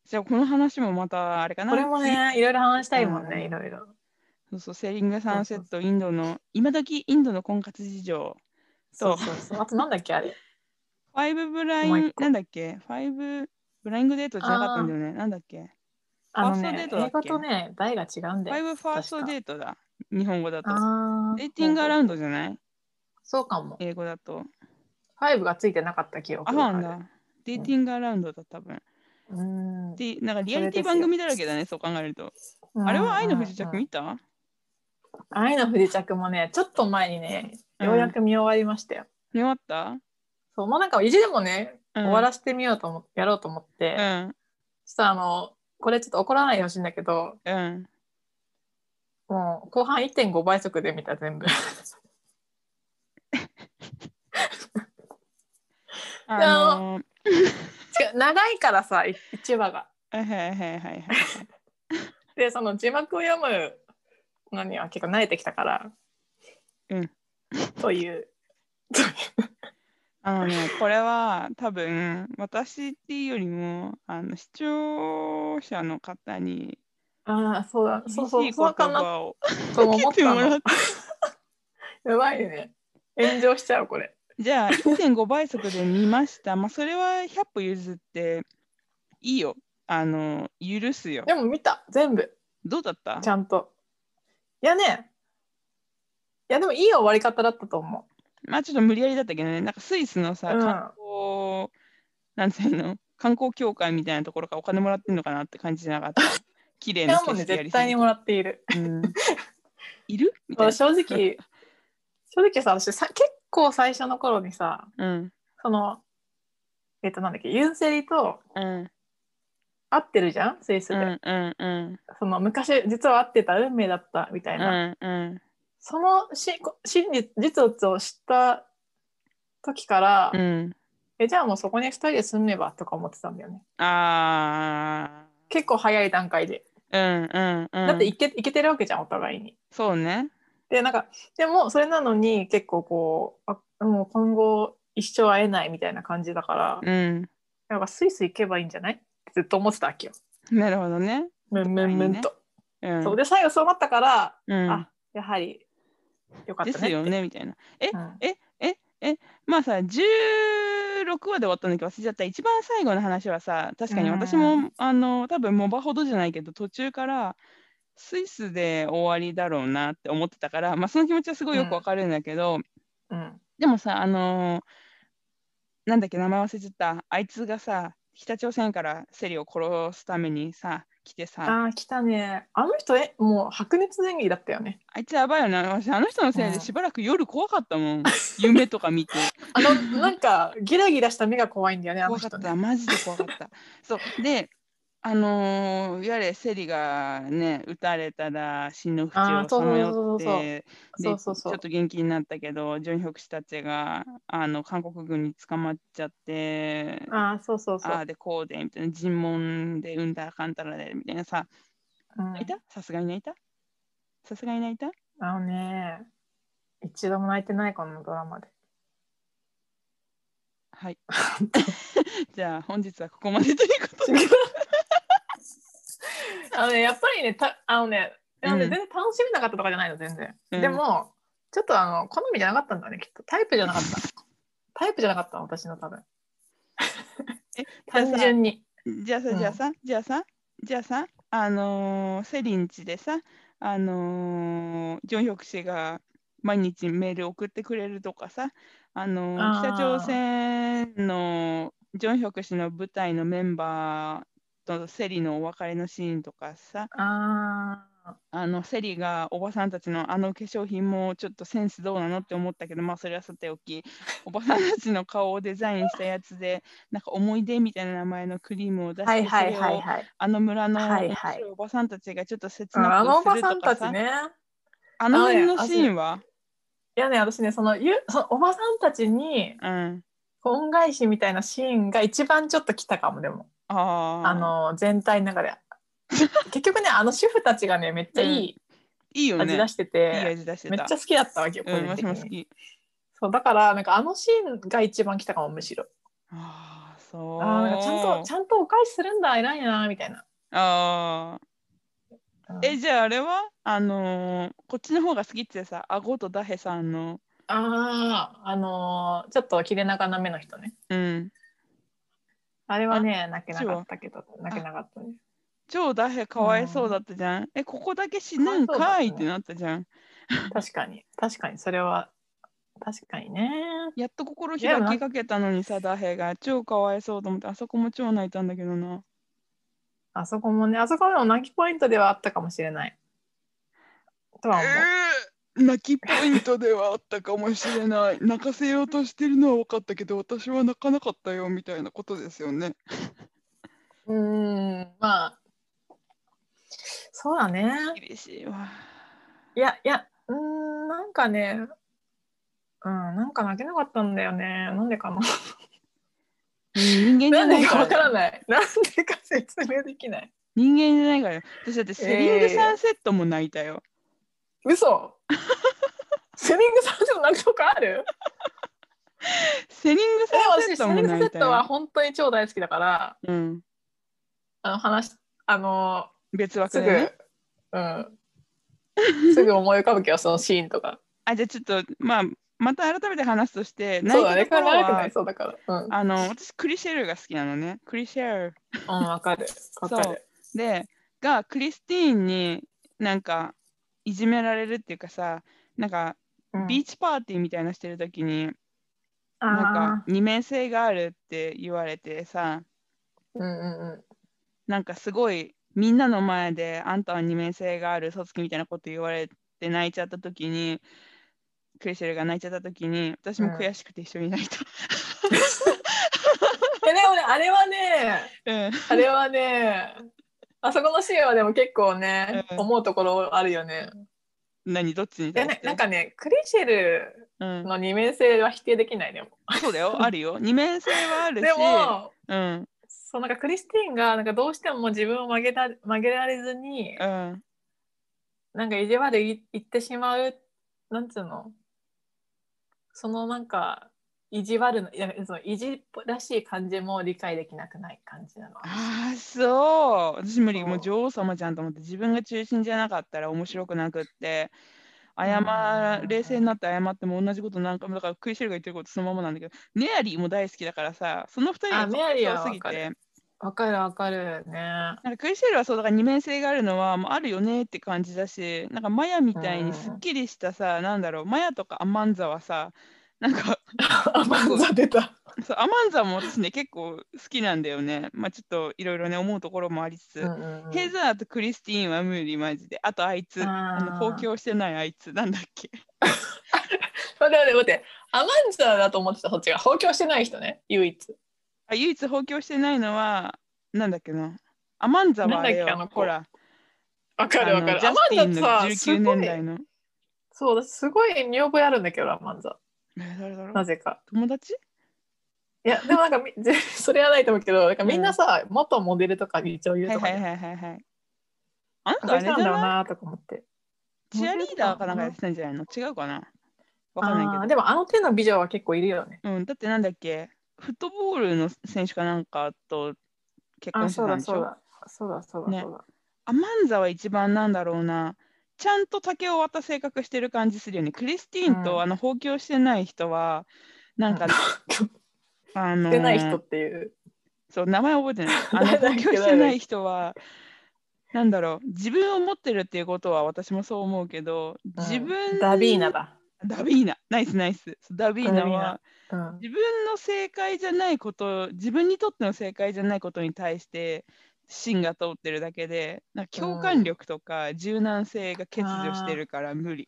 Speaker 2: じゃあこの話もまたあれかな。
Speaker 1: これもねいろいろ話したいもんね、
Speaker 2: うん
Speaker 1: いろいろ。
Speaker 2: そうそう、セーリングサンセッ
Speaker 1: そ
Speaker 2: ト、インドの、今時インドの婚活事情、
Speaker 1: そ
Speaker 2: そう
Speaker 1: うそうそうあとなんだっけあれ。
Speaker 2: ファイブブラ
Speaker 1: もう
Speaker 2: イン
Speaker 1: 一、個
Speaker 2: なんだっけファイブブライングデートじゃなかったんだよね。なんだっけ
Speaker 1: あの
Speaker 2: ファーストデ
Speaker 1: ね
Speaker 2: ートだっけ
Speaker 1: 英語とね題が違うん
Speaker 2: フ
Speaker 1: だ
Speaker 2: ァイ
Speaker 1: よ。
Speaker 2: ブファーストデートだ。日本語だと。
Speaker 1: あ
Speaker 2: デーティングアラ
Speaker 1: ウン
Speaker 2: ウンドじゃない
Speaker 1: そうかも。
Speaker 2: 英語だと。
Speaker 1: ファイブがついてなかった記
Speaker 2: あ、
Speaker 1: 憶
Speaker 2: そう
Speaker 1: が
Speaker 2: な
Speaker 1: あ
Speaker 2: ん
Speaker 1: る。
Speaker 2: だ。デーティングアラウンドだ、多分。
Speaker 1: うん
Speaker 2: で、なんかリ
Speaker 1: そ
Speaker 2: ア
Speaker 1: れで
Speaker 2: リ
Speaker 1: す
Speaker 2: ティ
Speaker 1: よ
Speaker 2: 番組だらけだね、そう考えると。あれは愛の不時着見た
Speaker 1: 愛の不時着もねちょっと前にねようやく見終わりましたよ。
Speaker 2: 見終わった
Speaker 1: そうもうなんか意地でもね、
Speaker 2: うん
Speaker 1: 終わらせてみようと思やろうと思って、
Speaker 2: う
Speaker 1: そ
Speaker 2: ん。
Speaker 1: したらあのこれちょっと怒らないでほしいんだけど
Speaker 2: うん。
Speaker 1: もう後半1.5倍速で見た全部で
Speaker 2: あのー、
Speaker 1: 違う長いからさ1話が。
Speaker 2: はいはいはいはいはい。
Speaker 1: でその字幕を読むのには結構慣れてきたから。
Speaker 2: うん
Speaker 1: という。 という
Speaker 2: あのね、これは多分私っていうよりもあの視聴者の方に
Speaker 1: ああそうだ
Speaker 2: 厳し
Speaker 1: そうそ
Speaker 2: いう言
Speaker 1: そうかな
Speaker 2: 葉を
Speaker 1: とも思
Speaker 2: か
Speaker 1: っ
Speaker 2: けて
Speaker 1: た
Speaker 2: もら
Speaker 1: の
Speaker 2: っ。
Speaker 1: やばいね。炎上しちゃうこれ。
Speaker 2: じゃあ1.5倍速で見ました。まあそれは100歩譲っていいよ。あの許すよ。
Speaker 1: でも見た全部。
Speaker 2: どうだった
Speaker 1: ちゃんと。いやね、いやでもいい終わり方だったと思
Speaker 2: まあちょっと無理やりだったけどね、なんかスイスの
Speaker 1: う。
Speaker 2: さ、
Speaker 1: うん、
Speaker 2: 観光、なんていうの観光協会みたいなところからお金もらってんのかなって感じじゃなか った。綺麗
Speaker 1: い
Speaker 2: な
Speaker 1: や
Speaker 2: 景
Speaker 1: もうね
Speaker 2: 色やり
Speaker 1: 絶
Speaker 2: そう
Speaker 1: 対にもらっている。
Speaker 2: うんいるみたい
Speaker 1: まあ正直、正直さ、私さ結構最初の頃にさ、
Speaker 2: な。うん。
Speaker 1: その、えっ、となんだっけ、ユンセリと
Speaker 2: うん。
Speaker 1: 会ってるじゃん、スイスで。
Speaker 2: うんうんうん
Speaker 1: その昔、実は会ってた運命だったみたいな。
Speaker 2: うんうん
Speaker 1: そのしこ真実実物を知った時から、
Speaker 2: うん
Speaker 1: え、じゃあもうそこに2人で住めばとか思ってたんだよね。
Speaker 2: あ
Speaker 1: 結構早い段階で。
Speaker 2: ーうんうんうん
Speaker 1: だっていけいけてるわけじゃん、お互いに。
Speaker 2: そうね
Speaker 1: でなんかでもそれなのに結構こうあもう今後一生会えないみたいな感じだから、
Speaker 2: うん
Speaker 1: なんかスイス行けばいいんじゃないってずっと思ってたわけよ。
Speaker 2: なるほどね
Speaker 1: ムンムンムンと。
Speaker 2: うん
Speaker 1: そうで最後そうなったから、
Speaker 2: うん
Speaker 1: あやはりよかったね
Speaker 2: で
Speaker 1: って。
Speaker 2: すよねみたいな
Speaker 1: うん
Speaker 2: えええまあさ16話で終わったんだけど忘れちゃった一番最後の話はさ確かに私も、
Speaker 1: うん
Speaker 2: あの多分モバほどじゃないけど途中からスイスで終わりだろうなって思ってたから、まあ、その気持ちはすごいよくわかるんだけど、
Speaker 1: うん
Speaker 2: でもさ、あのーなんだっけ、名前忘れちゃった。あいつがさ、北朝鮮からセリを殺すためにさ、来てさ、
Speaker 1: あー来たね。あの人えもう白熱演技だったよね。
Speaker 2: あいつやばいよな。私、あの人のせいでしばらく夜怖かったもん。夢とか見 て。
Speaker 1: あ のなんかギラギラした目が怖いんだよねあの
Speaker 2: 怖か
Speaker 1: 人
Speaker 2: っ
Speaker 1: ね
Speaker 2: た。。マジで怖かった。そう。で、あのー、いわゆるセリがね、撃たれたら死の淵
Speaker 1: あー
Speaker 2: を
Speaker 1: そ
Speaker 2: さ
Speaker 1: う
Speaker 2: ま
Speaker 1: そ
Speaker 2: よ
Speaker 1: う
Speaker 2: っ
Speaker 1: そうそう
Speaker 2: て、
Speaker 1: そうそうそ
Speaker 2: ち
Speaker 1: う
Speaker 2: ょっ。と元気になったけど、ジョンヒョク氏たちがあの韓国軍に捕まっちゃって、
Speaker 1: あーそうそうそう。
Speaker 2: ああでこうでみたいな尋問でうんだらかんたらでみたいなさ
Speaker 1: うん
Speaker 2: 泣いたさすがに泣いたさすがに泣いた
Speaker 1: あのね一度も泣いてないこのドラマで。
Speaker 2: はい じゃあ本日はここまでということ
Speaker 1: 違う
Speaker 2: で
Speaker 1: あのねやっぱりねたあのねなので
Speaker 2: うん
Speaker 1: 全然楽しめなかったとかじゃないの全然、
Speaker 2: うん
Speaker 1: でもちょっとあの好みじゃなかったんだねきっとタイプじゃなかったタイプじゃなかったの私の多分
Speaker 2: え
Speaker 1: 単純に
Speaker 2: じゃあさじゃあさじゃあさじゃあさあのーセリンチでさあのージョンヒョク氏が毎日メール送ってくれるとかさあのー
Speaker 1: あー
Speaker 2: 北朝鮮のジョンヒョク氏の部隊のメンバーとセリのお別れのシーンとかさ
Speaker 1: あ
Speaker 2: あのセリがおばさんたちのあの化粧品もちょっとセンスどうなのって思ったけどまあそれはさてお きおばさんたちの顔をデザインしたやつでなんか思い出みたいな名前のクリームを出して
Speaker 1: はいはい
Speaker 2: それ
Speaker 1: は
Speaker 2: を
Speaker 1: いはい。
Speaker 2: あの村の
Speaker 1: はい
Speaker 2: 面
Speaker 1: はい
Speaker 2: 白いおばさんたちがちょっと切なく
Speaker 1: あのお
Speaker 2: す
Speaker 1: ば
Speaker 2: る
Speaker 1: さ
Speaker 2: と
Speaker 1: ん
Speaker 2: か
Speaker 1: た
Speaker 2: さ
Speaker 1: ちね。
Speaker 2: あの辺の
Speaker 1: あれ
Speaker 2: シーンはい
Speaker 1: やね、私ね、その、ゆそのおばさんたちに
Speaker 2: うん
Speaker 1: 恩返しみたいなシーンが一番ちょっと来たかも、でも。
Speaker 2: あー
Speaker 1: あの、全体の中で。結局ね、あの主婦たちがね、めっちゃいい
Speaker 2: いいよ
Speaker 1: 味
Speaker 2: ね
Speaker 1: 出して
Speaker 2: いい
Speaker 1: て、
Speaker 2: 味出して
Speaker 1: めったちゃ好きだったわけよ、個
Speaker 2: うん
Speaker 1: 人
Speaker 2: 私
Speaker 1: 的
Speaker 2: も好
Speaker 1: に。
Speaker 2: き
Speaker 1: そう、だから、なんかあのシーンが一番来たかも、むしろ。
Speaker 2: ああそう
Speaker 1: あーなんかちゃんと、ちゃんとお返しするんだ、偉いな、みたいな。
Speaker 2: ああ
Speaker 1: うん
Speaker 2: えじゃああれはあのーこっちの方が好きってさ顎とダヘさんの
Speaker 1: ああ、あのーちょっと切れ長な目の人ね。
Speaker 2: うん
Speaker 1: あれはね、泣けなかったけど、泣けなかったね。
Speaker 2: 超ダヘかわいそうだったじゃん、えここだけ死ぬん
Speaker 1: か
Speaker 2: か
Speaker 1: わい
Speaker 2: い
Speaker 1: そうだったね
Speaker 2: ってなったじゃん
Speaker 1: 確かに、確かに、それは、確かにね。
Speaker 2: やっと心
Speaker 1: でも
Speaker 2: 開
Speaker 1: な
Speaker 2: きかけたのにさダヘが超かわいそうと思ってあそこも超泣いたんだけどな
Speaker 1: あそこもね、あそこでも泣きポイントではあったかもしれない。とは思う。
Speaker 2: えー泣きポイントではあったかもしれない泣かせようとしてるのは分かったけど私は泣かなかったよみたいなことですよね
Speaker 1: うーん、まあ、そうだね。
Speaker 2: 厳しいわ
Speaker 1: いや、いや、うーん、なんかね、うん、なんか泣けなかったんだよね。なんでかな。
Speaker 2: 人間じ
Speaker 1: な
Speaker 2: ゃ
Speaker 1: ん
Speaker 2: な
Speaker 1: で
Speaker 2: い
Speaker 1: か
Speaker 2: か
Speaker 1: わかららない。なんでか説明できない。
Speaker 2: 人間じゃないからよ私だってセリングサンセットも泣いたよ、
Speaker 1: 嘘セリングサンセット泣くとかある
Speaker 2: セリング
Speaker 1: え
Speaker 2: サンセ
Speaker 1: 私
Speaker 2: ット
Speaker 1: セ
Speaker 2: も
Speaker 1: リング
Speaker 2: 泣
Speaker 1: セ
Speaker 2: い
Speaker 1: ッ
Speaker 2: た
Speaker 1: トは
Speaker 2: よ、
Speaker 1: 本当に超大好きだから
Speaker 2: うん、
Speaker 1: あの話あの
Speaker 2: 別枠
Speaker 1: す
Speaker 2: で
Speaker 1: ぐ、
Speaker 2: ね
Speaker 1: うん、すぐ思い浮かぶけどそのシーンとか
Speaker 2: あじゃあちょっとまあまた改めて話すとして
Speaker 1: そ
Speaker 2: 泣
Speaker 1: う
Speaker 2: い
Speaker 1: だね
Speaker 2: たと
Speaker 1: こ
Speaker 2: こ
Speaker 1: れ長
Speaker 2: ろ
Speaker 1: くな
Speaker 2: は
Speaker 1: りそうだからうん
Speaker 2: あの私クリシェルが好きなのねクリシェル
Speaker 1: うんわかるわかる
Speaker 2: でがクリスティーンになんかいじめられるっていうかさなんか
Speaker 1: うん
Speaker 2: ビーチパーティーみたいなしてる時に、
Speaker 1: あー
Speaker 2: なんか二面性があるって言われてさ
Speaker 1: うんうんうん
Speaker 2: なんかすごいみんなの前であんたは二面性がある嘘つきみたいなこと言われて泣いちゃった時にクリシェルが泣いちゃった時に私も悔しくて一緒に泣いた。
Speaker 1: えでもねあれはね
Speaker 2: うん
Speaker 1: あれはねあそこのシーンはでも結構ね、
Speaker 2: うん
Speaker 1: 思うところあるよね。
Speaker 2: 何どっちに
Speaker 1: で
Speaker 2: 対
Speaker 1: ね
Speaker 2: して
Speaker 1: なんかねクリシェル
Speaker 2: う ん、
Speaker 1: の二面性は否定できないでも。
Speaker 2: そうだよあるよ二面性はあるし
Speaker 1: でも
Speaker 2: うん
Speaker 1: そうなんかクリスティーンがなんかどうしても自分を曲げた曲げられずに、
Speaker 2: うん、
Speaker 1: なんか意地悪い言ってしまうなんつうのそのなんか意地悪ないやその意地らしい感じも理解できなくない感じなの。
Speaker 2: ああそう私無理
Speaker 1: そう
Speaker 2: もう女王様じゃんと思って自分が中心じゃなかったら面白くなくって謝
Speaker 1: うん
Speaker 2: 冷静になって謝っても同じことなんかもだからクイシェルが言ってることそのままなんだけどネアリーも大好きだからさその二人
Speaker 1: あ
Speaker 2: が
Speaker 1: メアリーは
Speaker 2: 強すぎ
Speaker 1: わかる
Speaker 2: て
Speaker 1: わかるわかる ね。
Speaker 2: なんかクイシェルはそうだから二面性があるのはもうあるよねって感じだしなんかマヤみたいにすっきりしたさ、なんだろうマヤとかアマンザはさなんか
Speaker 1: あまんざ出た。
Speaker 2: そうアマンザも私ね結構好きなんだよねまあちょっといろいろね思うところもありつつ、
Speaker 1: うんうんうん
Speaker 2: ヘザーとクリスティーンは無理マジで。あとあいつ、あの
Speaker 1: あ
Speaker 2: 公
Speaker 1: ー
Speaker 2: 共してないあいつ、なんだっけ。
Speaker 1: 待って待って待ってアマンザだと思ってたそっちが放棄してない人ね唯一
Speaker 2: あ唯一公共してないのは、なんだっけな。アマンザはあれよ
Speaker 1: なんだっけあの子
Speaker 2: ほら、
Speaker 1: わ
Speaker 2: あ
Speaker 1: かるわ
Speaker 2: の
Speaker 1: かる
Speaker 2: ジャステ
Speaker 1: アマ
Speaker 2: ィン
Speaker 1: ン
Speaker 2: の
Speaker 1: ザさす
Speaker 2: 19
Speaker 1: ご
Speaker 2: 年
Speaker 1: い
Speaker 2: 代の。
Speaker 1: そう私すごい見覚えあるんだけどアマンザ
Speaker 2: え誰だろ
Speaker 1: な
Speaker 2: う
Speaker 1: ぜか
Speaker 2: 友達
Speaker 1: いやでもなんかみぜそれはないと思うけどなんかみんなさ、元モデルとかに女優
Speaker 2: はい
Speaker 1: とか
Speaker 2: はい
Speaker 1: に
Speaker 2: はいはいはい。あん
Speaker 1: あ
Speaker 2: た
Speaker 1: そ
Speaker 2: あ
Speaker 1: うし
Speaker 2: れじ
Speaker 1: た
Speaker 2: ゃ
Speaker 1: んだろう
Speaker 2: ない
Speaker 1: なとか思って
Speaker 2: チアリーダーかなんかやってたんじゃないの違うかなわかん
Speaker 1: あ
Speaker 2: な
Speaker 1: ー
Speaker 2: い
Speaker 1: でもあの手の美女は結構いるよね
Speaker 2: けど。うん、だってなんだっけフットボールの選手かなんかと結婚してたんでしょ
Speaker 1: そうだそう
Speaker 2: だねそうアマンザは一番なんだろうな、ちゃんと竹を割った性格してる感じするよね。クリスティーン
Speaker 1: う
Speaker 2: と
Speaker 1: ん
Speaker 2: あの放棄をしてない人は、なんか、あのー
Speaker 1: 出ない人っていう
Speaker 2: そう、名前覚え てない。あの放
Speaker 1: 誰だっけ
Speaker 2: 棄をしてない人は、なんだろう、自分を持ってるっていうことは私もそう思うけど、自分、
Speaker 1: ダビーナ。だ、
Speaker 2: ダビーナ、ナイスナイス。そうダビー
Speaker 1: ダ
Speaker 2: ナ
Speaker 1: ビー
Speaker 2: は
Speaker 1: ナ、うん
Speaker 2: 自分の正解じゃないこと自分にとっての正解じゃないことに対して芯が通ってるだけでなんか共感力とか柔軟性が欠如してるから無理、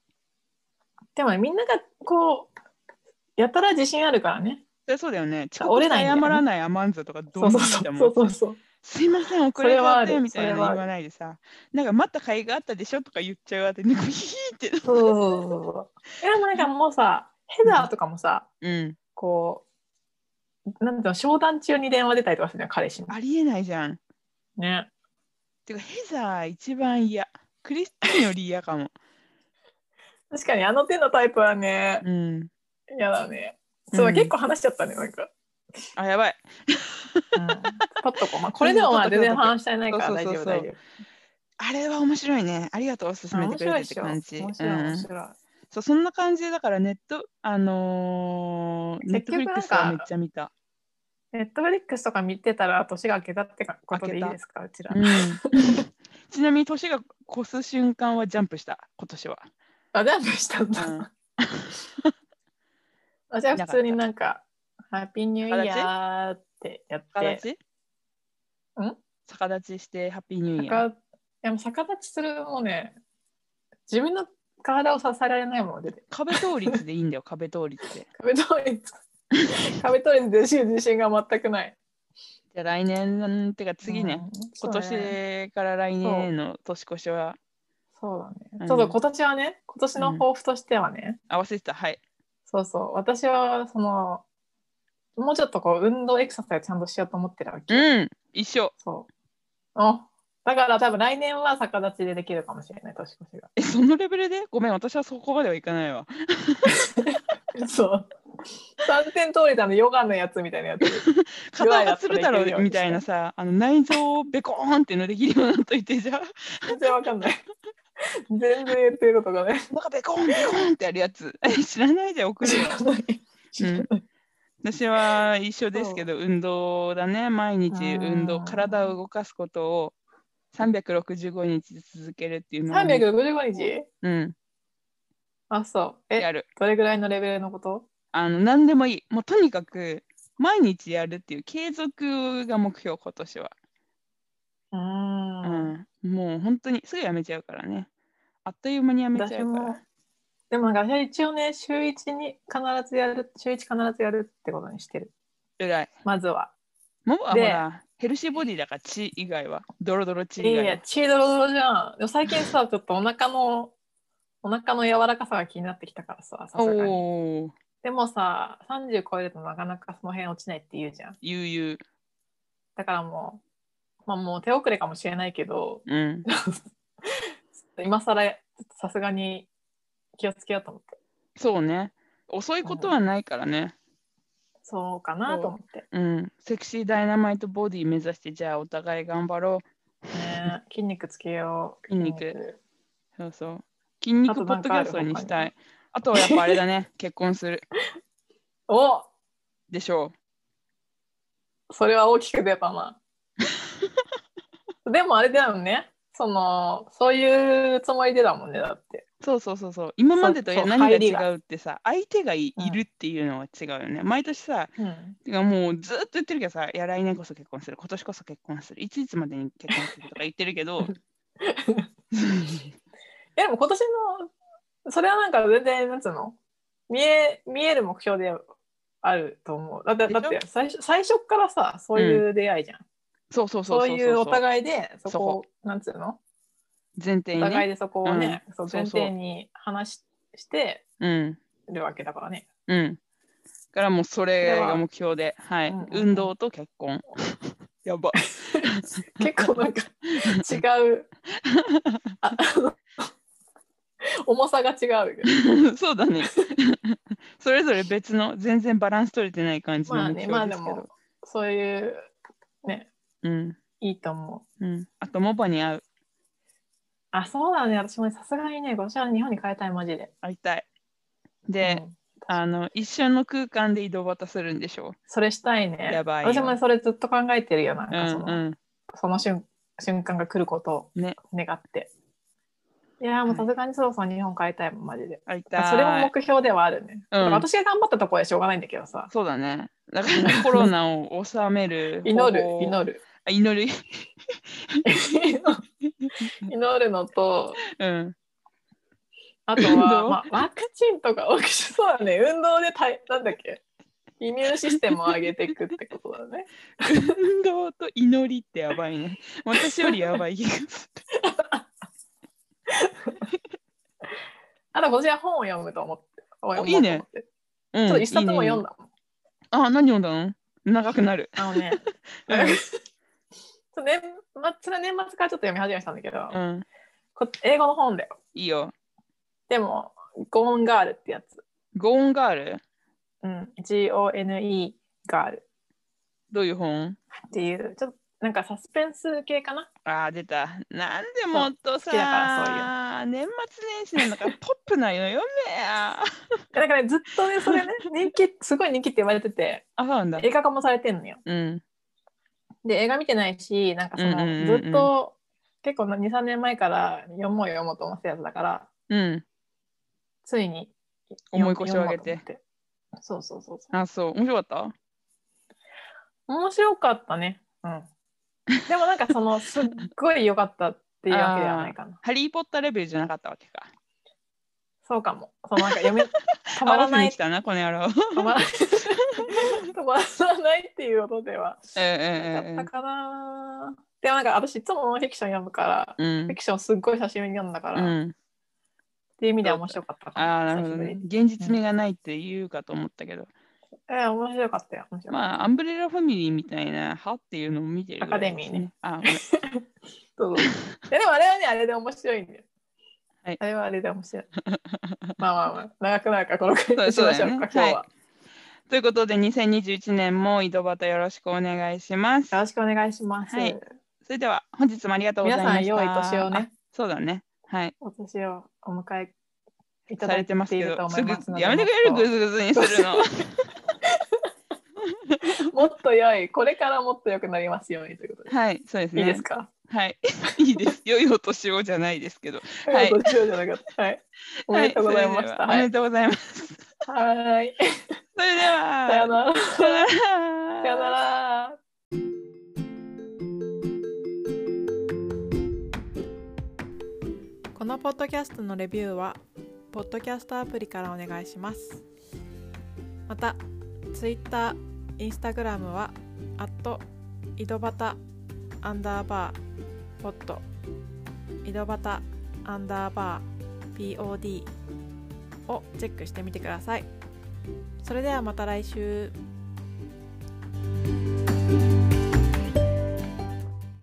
Speaker 1: でもねみんながこうやたら自信あるからね
Speaker 2: でそうだよね遅
Speaker 1: 折
Speaker 2: 刻
Speaker 1: れないんだよ
Speaker 2: 謝
Speaker 1: ね
Speaker 2: らないアマンズとかど
Speaker 1: そうう
Speaker 2: も
Speaker 1: そう
Speaker 2: いい
Speaker 1: そ
Speaker 2: と
Speaker 1: うそう
Speaker 2: 思
Speaker 1: そ
Speaker 2: う
Speaker 1: うそう
Speaker 2: すいません遅れちゃっ
Speaker 1: それはあ
Speaker 2: て
Speaker 1: る
Speaker 2: みたいなの
Speaker 1: それはあ
Speaker 2: 言
Speaker 1: る
Speaker 2: わないでさなんか待った甲斐があったでしょとか言っちゃうあてにヒーって
Speaker 1: そうそうそうそうでもなんかもうさヘザーとかもさ
Speaker 2: うん
Speaker 1: こうなんていうの商談中に電話出たりとかするのよ彼氏に
Speaker 2: ありえないじゃん
Speaker 1: ね
Speaker 2: てかヘザー一番嫌クリスティンより嫌かも
Speaker 1: 確かにあの手のタイプはね
Speaker 2: うん
Speaker 1: 嫌だねそう、
Speaker 2: うん
Speaker 1: 結構話しちゃったねなんか、
Speaker 2: あやばい
Speaker 1: パッとこう、まあ、これでもまあ
Speaker 2: そうそ
Speaker 1: 全
Speaker 2: うそう
Speaker 1: 然話したいないから
Speaker 2: そう
Speaker 1: 大
Speaker 2: そう
Speaker 1: 丈夫
Speaker 2: そうそう
Speaker 1: 大丈夫
Speaker 2: あれは面白いねありがとう勧めて
Speaker 1: 面
Speaker 2: く
Speaker 1: 白い
Speaker 2: れて
Speaker 1: っ
Speaker 2: って
Speaker 1: しょ
Speaker 2: 感
Speaker 1: 面
Speaker 2: じ
Speaker 1: 白い面
Speaker 2: うん
Speaker 1: 白い、
Speaker 2: そうそんな感じでだからネットあのー、ネッ
Speaker 1: 結
Speaker 2: ト
Speaker 1: 局
Speaker 2: フリッ
Speaker 1: なんか
Speaker 2: クスはめっちゃ見た
Speaker 1: ネットフリックスとか見てたら年が明けたってことでいい
Speaker 2: 明けた
Speaker 1: ですかうちら、
Speaker 2: うんちなみに年が越す瞬間はジャンプした今年は、
Speaker 1: あジャンプしたんだ、
Speaker 2: うん
Speaker 1: あじゃあ普通になんか「ハッピーニューイヤー」ってやっ
Speaker 2: 逆
Speaker 1: て
Speaker 2: 立ち
Speaker 1: ん
Speaker 2: 逆立ちしてハッピーニューイヤー
Speaker 1: 逆いやもう逆立ちするもうね自分の体を支えられないもので
Speaker 2: 壁倒立でいいんだよ壁倒立で
Speaker 1: 壁取り 壁取りで自信が全くない
Speaker 2: じゃあ来年てか次ね、、
Speaker 1: うん
Speaker 2: 今
Speaker 1: そうだね
Speaker 2: 年から来年への年越しは
Speaker 1: そうだね、
Speaker 2: うん
Speaker 1: ちょっと今年はね今年の抱負としてはね、
Speaker 2: 合わせてたはい
Speaker 1: そうそう私はそのもうちょっとこう運動エクササイズちゃんとしようと思ってるわけ、
Speaker 2: うん一緒
Speaker 1: そうあだから多分来年は逆立ちでできるかもしれない年越しが
Speaker 2: えそのレベルでごめん私はそこまではいかないわ
Speaker 1: そう3点通りたのヨガのやつみたいなやつ
Speaker 2: 肩がつるだ
Speaker 1: 弱いやつできるよ
Speaker 2: ろ
Speaker 1: うに
Speaker 2: みたいなさあの内臓をベコーンっていうのできるようになっといてじゃあ
Speaker 1: 全然わかんない全然言ってることがね
Speaker 2: なんかベコーンベコーンってやるやつ知らないで送る
Speaker 1: 知
Speaker 2: よ
Speaker 1: らない知らない
Speaker 2: 私は一緒ですけど運動だね毎日運
Speaker 1: う
Speaker 2: 動
Speaker 1: ん
Speaker 2: 体を動かすことを365日続けるっていうのは
Speaker 1: 365日
Speaker 2: うん、
Speaker 1: あそうえ
Speaker 2: やる
Speaker 1: どれぐらいのレベルのこと
Speaker 2: あの何でもいいもうとにかく毎日やるっていう継続が目標今年は、
Speaker 1: うー
Speaker 2: うんんもう本当にすぐやめちゃうからねあっという間にやめちゃ
Speaker 1: 私
Speaker 2: うか
Speaker 1: も
Speaker 2: ら
Speaker 1: でもなんか私一応ね週1に必ずやる週1必ずやるってことにしてる
Speaker 2: 偉い
Speaker 1: まずは
Speaker 2: もうあほ
Speaker 1: で
Speaker 2: らヘルシーボディだから血以外はドロドロ血
Speaker 1: いや
Speaker 2: 以外
Speaker 1: い
Speaker 2: は
Speaker 1: や、血ドロドロじゃん。でも最近さ、ちょっとお腹の、お腹の柔らかさが気になってきたからさ、さすがに。
Speaker 2: おお
Speaker 1: でもさ、30超えるとなかなかその辺落ちないって言うじゃん。
Speaker 2: 悠
Speaker 1: だからもう、まあもう手遅れかもしれないけど、
Speaker 2: 々うん
Speaker 1: 今更、ちょっとさすがに気をつけようと思って。
Speaker 2: そうね遅いことはないからね、
Speaker 1: そうかなと思って。
Speaker 2: うん、セクシーダイナマイトボディ目指してじゃあお互い頑張ろ
Speaker 1: ね、筋肉つけよう。
Speaker 2: 筋肉うそうそう筋肉
Speaker 1: あと
Speaker 2: ポ
Speaker 1: な
Speaker 2: ッ
Speaker 1: ん
Speaker 2: ドキ
Speaker 1: かあ
Speaker 2: ャ
Speaker 1: る
Speaker 2: ストにしたいあとはやっぱあれだね結婚する
Speaker 1: お
Speaker 2: でしょ
Speaker 1: それは大きく出た な。でもあれだよね。その、そういうつもりでだもんね、だって。
Speaker 2: うそうそうそうそう今までと
Speaker 1: そうそう
Speaker 2: 何が
Speaker 1: 入りが
Speaker 2: 違うってさ相手がい,、
Speaker 1: うん
Speaker 2: るっていうのは違うよね毎年さ
Speaker 1: うん
Speaker 2: てかもうずっと言ってるけどさいや来年こそ結婚する今年こそ結婚するいついつまでに結婚するとか言ってる けど
Speaker 1: えでも今年のそれはなんか全然なんつうの見え見える目標であると思うだって
Speaker 2: でしょ
Speaker 1: だって最初最初からさそういう出会いじゃん、
Speaker 2: そうそうそう
Speaker 1: そう
Speaker 2: そう
Speaker 1: いうお
Speaker 2: そう
Speaker 1: 互いでそ
Speaker 2: そ
Speaker 1: こを
Speaker 2: こ
Speaker 1: なんつうの
Speaker 2: 前提
Speaker 1: お
Speaker 2: に
Speaker 1: 互い
Speaker 2: ね
Speaker 1: でそこをね、そう
Speaker 2: そう
Speaker 1: 前
Speaker 2: そう
Speaker 1: 提に話しして
Speaker 2: うん
Speaker 1: るわけだから ね
Speaker 2: うん。だからもうそれが目標で、はい、
Speaker 1: うんうんうん
Speaker 2: 運動と結 婚。やば。
Speaker 1: 結構なんか違うああの重さが違うけど
Speaker 2: そうだね。 それぞれ別の全然バランス取れてない感じ
Speaker 1: ま
Speaker 2: の
Speaker 1: あね
Speaker 2: 目
Speaker 1: まあで
Speaker 2: 標で
Speaker 1: す
Speaker 2: けど。
Speaker 1: もそういうね
Speaker 2: うん
Speaker 1: いいと思う
Speaker 2: うん。あとモバに会う
Speaker 1: あ、そうだね。私もさすがにね、私は日本に帰りたい、マジで。
Speaker 2: 会いたい。で、
Speaker 1: うん
Speaker 2: あの一緒の空間で移動渡するんでしょ
Speaker 1: それしたいね。
Speaker 2: やばいよ
Speaker 1: 私もそれずっと考えてるよ。なん
Speaker 2: う。う
Speaker 1: かその,、
Speaker 2: ん
Speaker 1: その瞬瞬間が来ることを
Speaker 2: うん。ね、
Speaker 1: 願って。いやーもうさすがにそろそろ日本帰りたいもん、マジで。
Speaker 2: 会いたい。
Speaker 1: それも目標ではあるね。
Speaker 2: うん
Speaker 1: 私が頑張った ところはしょうがないんだけどさ。
Speaker 2: そうだね。だからコロナを収める
Speaker 1: 祈る
Speaker 2: 方、法を
Speaker 1: 祈る。
Speaker 2: あ祈り。
Speaker 1: 祈るのと
Speaker 2: うん。
Speaker 1: あと
Speaker 2: 運
Speaker 1: は、
Speaker 2: 動
Speaker 1: まあ、ワクチンとか起きそうだね運動でたいなんだっけイミューンシステムを上げていくってことだね。
Speaker 2: 運動と祈りってやばいね。私よりやばい気が す
Speaker 1: あと私は本を読むと思って。お
Speaker 2: いいね。る。
Speaker 1: ちょ
Speaker 2: う
Speaker 1: っ
Speaker 2: ん
Speaker 1: と一冊も読ん
Speaker 2: だ。
Speaker 1: だもん。
Speaker 2: あ、何読んだの長くなる。
Speaker 1: あのね、
Speaker 2: うん
Speaker 1: うんちょっと年末年末からちょっと読み始めたんだけど、
Speaker 2: うん。
Speaker 1: こ英語の本だよ。
Speaker 2: いいよ。
Speaker 1: でも、ゴーンガールってやつ。
Speaker 2: ゴーンガール
Speaker 1: うん、G-O-N-E ガール
Speaker 2: どういう本
Speaker 1: っていう、ちょっとなんかサスペンス系かな。
Speaker 2: あー出た。なんでもっと
Speaker 1: そう好きだから
Speaker 2: さ、年末年始な んかポップなの読めや。
Speaker 1: だからね、ずっとね、それ ね、人気、すごい人気って言われてて、
Speaker 2: あ、そうなんだ。
Speaker 1: 映画化もされてんのよ。
Speaker 2: うん。
Speaker 1: で、映画見てないし、なんかその、
Speaker 2: うんうんうんうん
Speaker 1: ずっと、結構な2、3年前から読もう読もうと思ってたやつだから、
Speaker 2: うん。
Speaker 1: ついに
Speaker 2: 重い腰を上げて
Speaker 1: 読もうと思ってそうそうそうそう。
Speaker 2: あ、そう。面白かっ
Speaker 1: 面白かったね。うん。でもなんかその、すっごい良かったっていうわけではないかな
Speaker 2: た。ハリー・ポッターレベルじゃなかったわけか。
Speaker 1: そうかも。そのなんか 読め、止ま
Speaker 2: 合わ
Speaker 1: ら
Speaker 2: せ
Speaker 1: な
Speaker 2: に
Speaker 1: い
Speaker 2: 来、たな、こ の野郎。
Speaker 1: 止まら止まらないっていうことでは
Speaker 2: え
Speaker 1: なかった
Speaker 2: え
Speaker 1: かな。でもなんか私いつもノンフィクション読むから、
Speaker 2: ええええうん
Speaker 1: フィクションすっごい久しぶりに読んだから、
Speaker 2: う
Speaker 1: っ
Speaker 2: ん。
Speaker 1: ていう意味では面白かったかも
Speaker 2: ああ、なるほど
Speaker 1: 久し
Speaker 2: ね
Speaker 1: ぶ。り
Speaker 2: 現実味がないって言うかと思ったけど、
Speaker 1: ええ面白かったよ。面白かった。
Speaker 2: まあ、アンブレラファミリーみたいな、はっていうのも見てるぐらいで
Speaker 1: アカデ
Speaker 2: す、
Speaker 1: ミーね。
Speaker 2: あごめん
Speaker 1: そうそうえでもあれはね、あれで面白いんだよ。
Speaker 2: はい
Speaker 1: あれはあれで面白い。まあまあまあ、長くなるからこのくらいにし
Speaker 2: そう
Speaker 1: ま
Speaker 2: だ
Speaker 1: しょ
Speaker 2: よ
Speaker 1: う
Speaker 2: ね
Speaker 1: か、今日は。
Speaker 2: はということで、2021年も井戸端よろしくお願いします
Speaker 1: よ。ろしくお願いします。
Speaker 2: はいそれでは、本日もありがとうござ
Speaker 1: 皆
Speaker 2: いまし
Speaker 1: さん、
Speaker 2: た。
Speaker 1: 良い年をね
Speaker 2: あ。、そうだね。はい。
Speaker 1: お年をお迎えいた
Speaker 2: さ
Speaker 1: だ
Speaker 2: れ
Speaker 1: い
Speaker 2: てます
Speaker 1: てい
Speaker 2: け
Speaker 1: ると
Speaker 2: ど、
Speaker 1: 思い
Speaker 2: すぐ
Speaker 1: ますので。
Speaker 2: やめてくれる
Speaker 1: もっ
Speaker 2: グ
Speaker 1: と
Speaker 2: ズグズにするの。
Speaker 1: もっと良い、これからもっと良くなりますようにということで。
Speaker 2: はい、そうですね。
Speaker 1: いいですか、
Speaker 2: はい。 いいです。良いお年をじゃないですけど。はい
Speaker 1: お年をじゃなかった。はい。おめでとうございました。
Speaker 2: はそれで
Speaker 1: はい
Speaker 2: はおめで。とうございます。
Speaker 1: はい。
Speaker 2: それでは。
Speaker 1: さよなら。
Speaker 2: さよなら。
Speaker 1: さよなら。
Speaker 3: このポッドキャストのレビューはポッドキャストアプリからお願いしますまた Twitter、Instagram はアット井戸端アンダーバーポッド井戸端アンダーバー POD をチェックしてみてくださいそれではまた来週